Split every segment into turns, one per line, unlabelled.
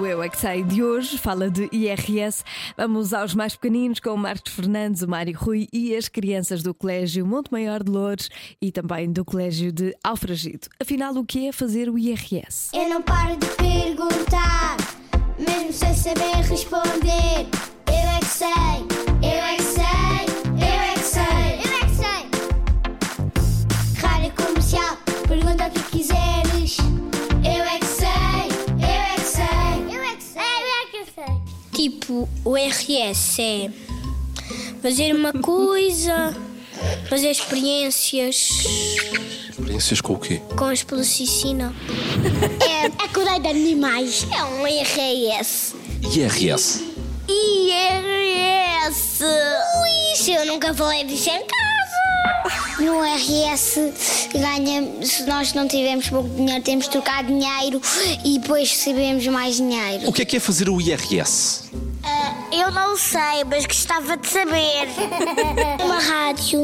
Eu é que sei de hoje, fala de IRS. Vamos aos mais pequeninos com o Marcos Fernandes, o Mário Rui e as crianças do Colégio Monte Maior de Loures e também do Colégio de Alfragido. Afinal, o que é fazer o IRS?
Eu não paro de perguntar, mesmo sem saber responder. Eu é que sei, eu é que sei, eu é que sei, eu é que sei. Rádio comercial, pergunta o que quiseres. Eu é que sei, eu é que sei, eu é que sei, eu é que sei.
Tipo, o RS é fazer uma coisa, fazer experiências
Experiências com o quê?
com as pelicicina.
É a Correia de Animais. É um IRS.
IRS.
IRS. Ui, se eu nunca falei disso em casa. No IRS ganha, se nós não tivermos pouco dinheiro, temos de trocar dinheiro e depois recebemos mais dinheiro.
O que é que é fazer o IRS?
Ah, eu não sei, mas gostava de saber. uma rádio.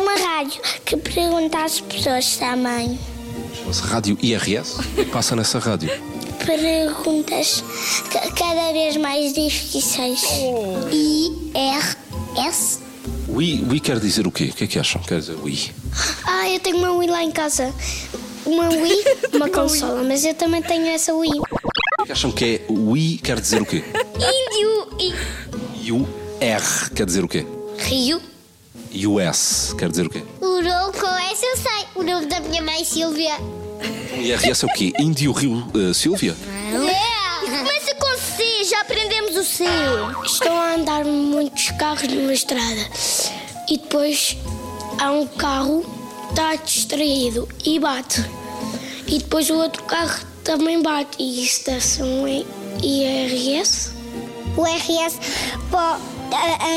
Uma rádio que pergunta às pessoas também.
Chama-se Rádio IRS. O que é que Passa nessa rádio.
perguntas ca- cada vez mais difíceis. Oh. I R S.
O I, o I quer dizer o quê? O que é que acham? Quer dizer o I.
Ah, eu tenho uma Wii lá em casa. Uma Wii, uma consola, mas eu também tenho essa Wii.
O que acham que é o I quer dizer o quê?
Índio e
E o R quer dizer o quê?
Rio.
E o S quer dizer o quê?
O nome com essa eu sei. O nome da minha mãe Silvia.
O IRS é o quê? Índio Rio eh, Silvia?
É. Começa com C, já aprendemos o C. Estão a andar muitos carros numa estrada e depois há um carro está distraído e bate. E depois o outro carro também bate. E isso dá-se um I- IRS? O IRS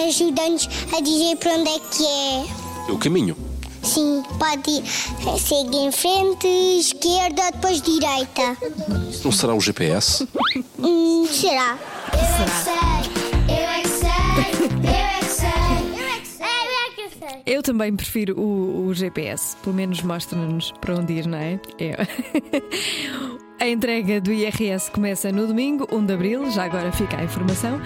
ajuda-nos a dizer para onde é que é.
É o caminho.
Sim, pode seguir em frente, esquerda, depois direita.
Isso não será o GPS?
Hum, será? Eu é que sei, eu é que sei, eu é que sei, eu é que sei, eu é que sei.
Eu também prefiro o, o GPS, pelo menos mostra-nos para onde ir, não é? É. um A entrega do IRS começa no domingo, 1 de abril, já agora fica a informação.